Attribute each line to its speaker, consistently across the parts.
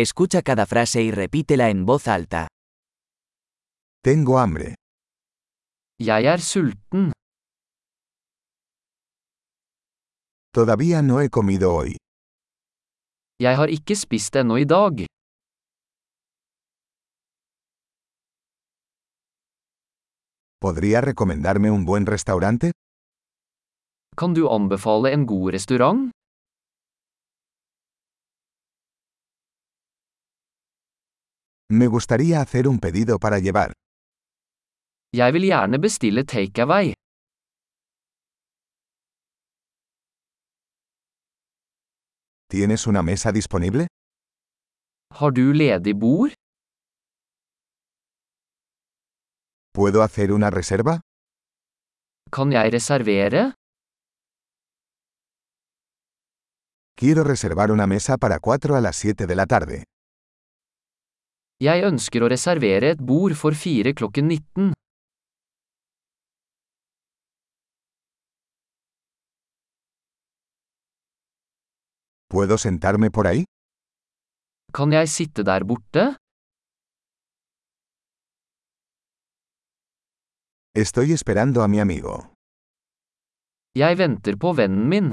Speaker 1: Escucha cada frase y repítela en voz alta.
Speaker 2: Tengo hambre.
Speaker 3: Jeg er sulten.
Speaker 2: Todavía no he comido hoy.
Speaker 3: Jeg har ikke spist ennå i dag.
Speaker 2: ¿Podría recomendarme un buen restaurante?
Speaker 3: Kan du anbefale en god restaurant?
Speaker 2: Me gustaría hacer un pedido para llevar.
Speaker 3: Jeg vil gjerne bestille takeaway.
Speaker 2: ¿Tienes una mesa disponible?
Speaker 3: Har du ledig bord?
Speaker 2: ¿Puedo hacer una reserva?
Speaker 3: Kan jeg reservere?
Speaker 2: Quiero reservar una mesa para 4 a las 7 de la tarde.
Speaker 3: Jeg ønsker å reservere et bord for fire klokken 19.
Speaker 2: ¿Puedo sentarme por ahí?
Speaker 3: Kan jeg sitte der borte?
Speaker 2: Estoy esperando a mi amigo.
Speaker 3: Jeg venter på vennen min.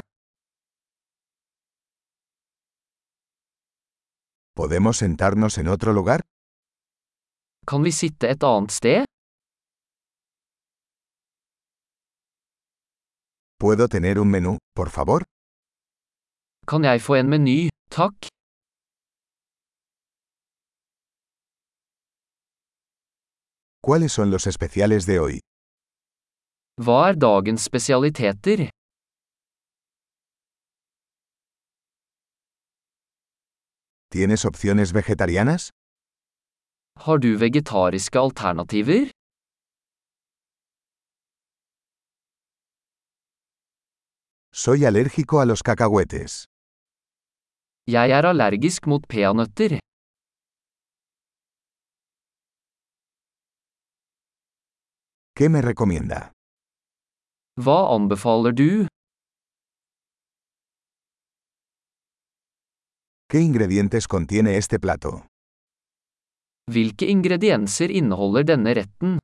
Speaker 2: ¿Podemos sentarnos en otro lugar?
Speaker 3: Kan vi sitte et annet sted?
Speaker 2: ¿Puedo tener un menú, por favor?
Speaker 3: Kan jeg få en meny, takk?
Speaker 2: ¿Cuáles son los especiales de hoy?
Speaker 3: Hva er dagens spesialiteter?
Speaker 2: ¿Tienes opciones vegetarianas?
Speaker 3: Har du vegetariske alternativer?
Speaker 2: Soy alérgico a los cacahuetes.
Speaker 3: Jeg er allergisk mot peanøtter.
Speaker 2: ¿Qué me recomienda?
Speaker 3: Hva anbefaler du?
Speaker 2: ¿Qué ingredientes contiene este plato?
Speaker 3: Hvilke ingredienser inneholder denne retten?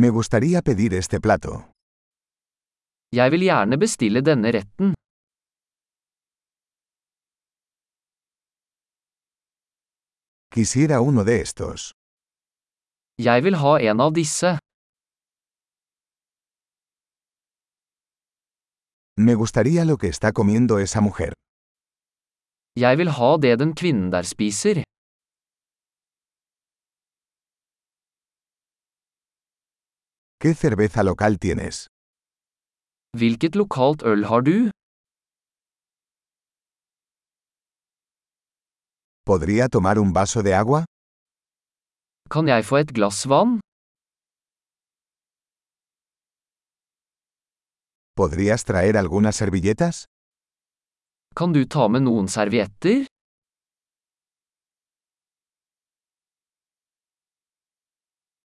Speaker 2: Me gustaría pedir este plato.
Speaker 3: Jeg vil gjerne bestille denne retten.
Speaker 2: Quisiera uno de estos.
Speaker 3: Jeg vil ha en av disse.
Speaker 2: Me gustaría lo que está comiendo esa mujer.
Speaker 3: Jeg vil ha det den kvinnen der spiser.
Speaker 2: ¿Qué cerveza local tienes?
Speaker 3: Hvilket lokalt øl har du?
Speaker 2: ¿Podría tomar un vaso de agua?
Speaker 3: Kan jeg få et glass vann?
Speaker 2: ¿Podrías traer algunas servilletas?
Speaker 3: Kan du ta med noen servietter?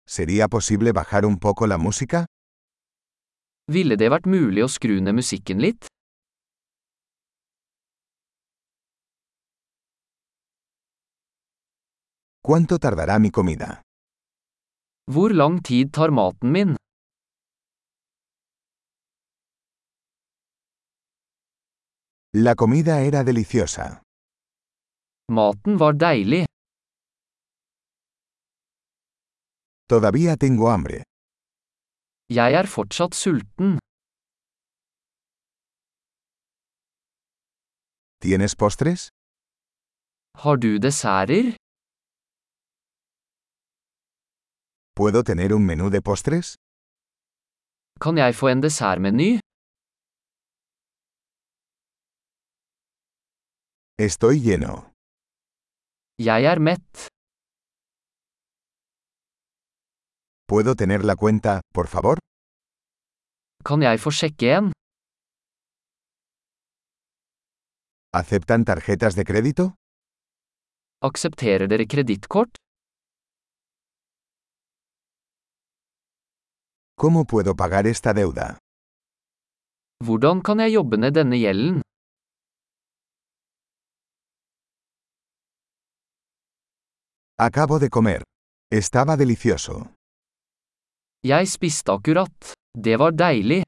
Speaker 2: ¿Sería posible bajar un poco la música?
Speaker 3: Ville det vært mulig å skru ned musikken litt?
Speaker 2: ¿Cuánto tardará mi comida?
Speaker 3: Hvor lang tid tar maten min?
Speaker 2: La comida era deliciosa.
Speaker 3: Maten var deilig.
Speaker 2: Todavía tengo hambre.
Speaker 3: Jeg er fortsatt sulten.
Speaker 2: ¿Tienes postres?
Speaker 3: Har du desserter?
Speaker 2: ¿Puedo tener un menú de postres?
Speaker 3: Kan jeg få en dessertmeny?
Speaker 2: Estoy lleno.
Speaker 3: Jeg er mett.
Speaker 2: ¿Puedo tener la cuenta, por favor?
Speaker 3: Kan jeg få sjekke en?
Speaker 2: ¿Aceptan tarjetas de crédito?
Speaker 3: Aksepterer dere kredittkort?
Speaker 2: ¿Cómo puedo pagar esta deuda?
Speaker 3: Hvordan kan jeg jobbe ned denne gjelden?
Speaker 2: Acabo de comer. Estaba delicioso.
Speaker 3: Jeg spiste akkurat. Det var deilig.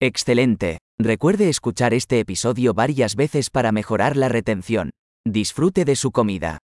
Speaker 1: Excelente. Recuerde escuchar este episodio varias veces para mejorar la retención. Disfrute de su comida.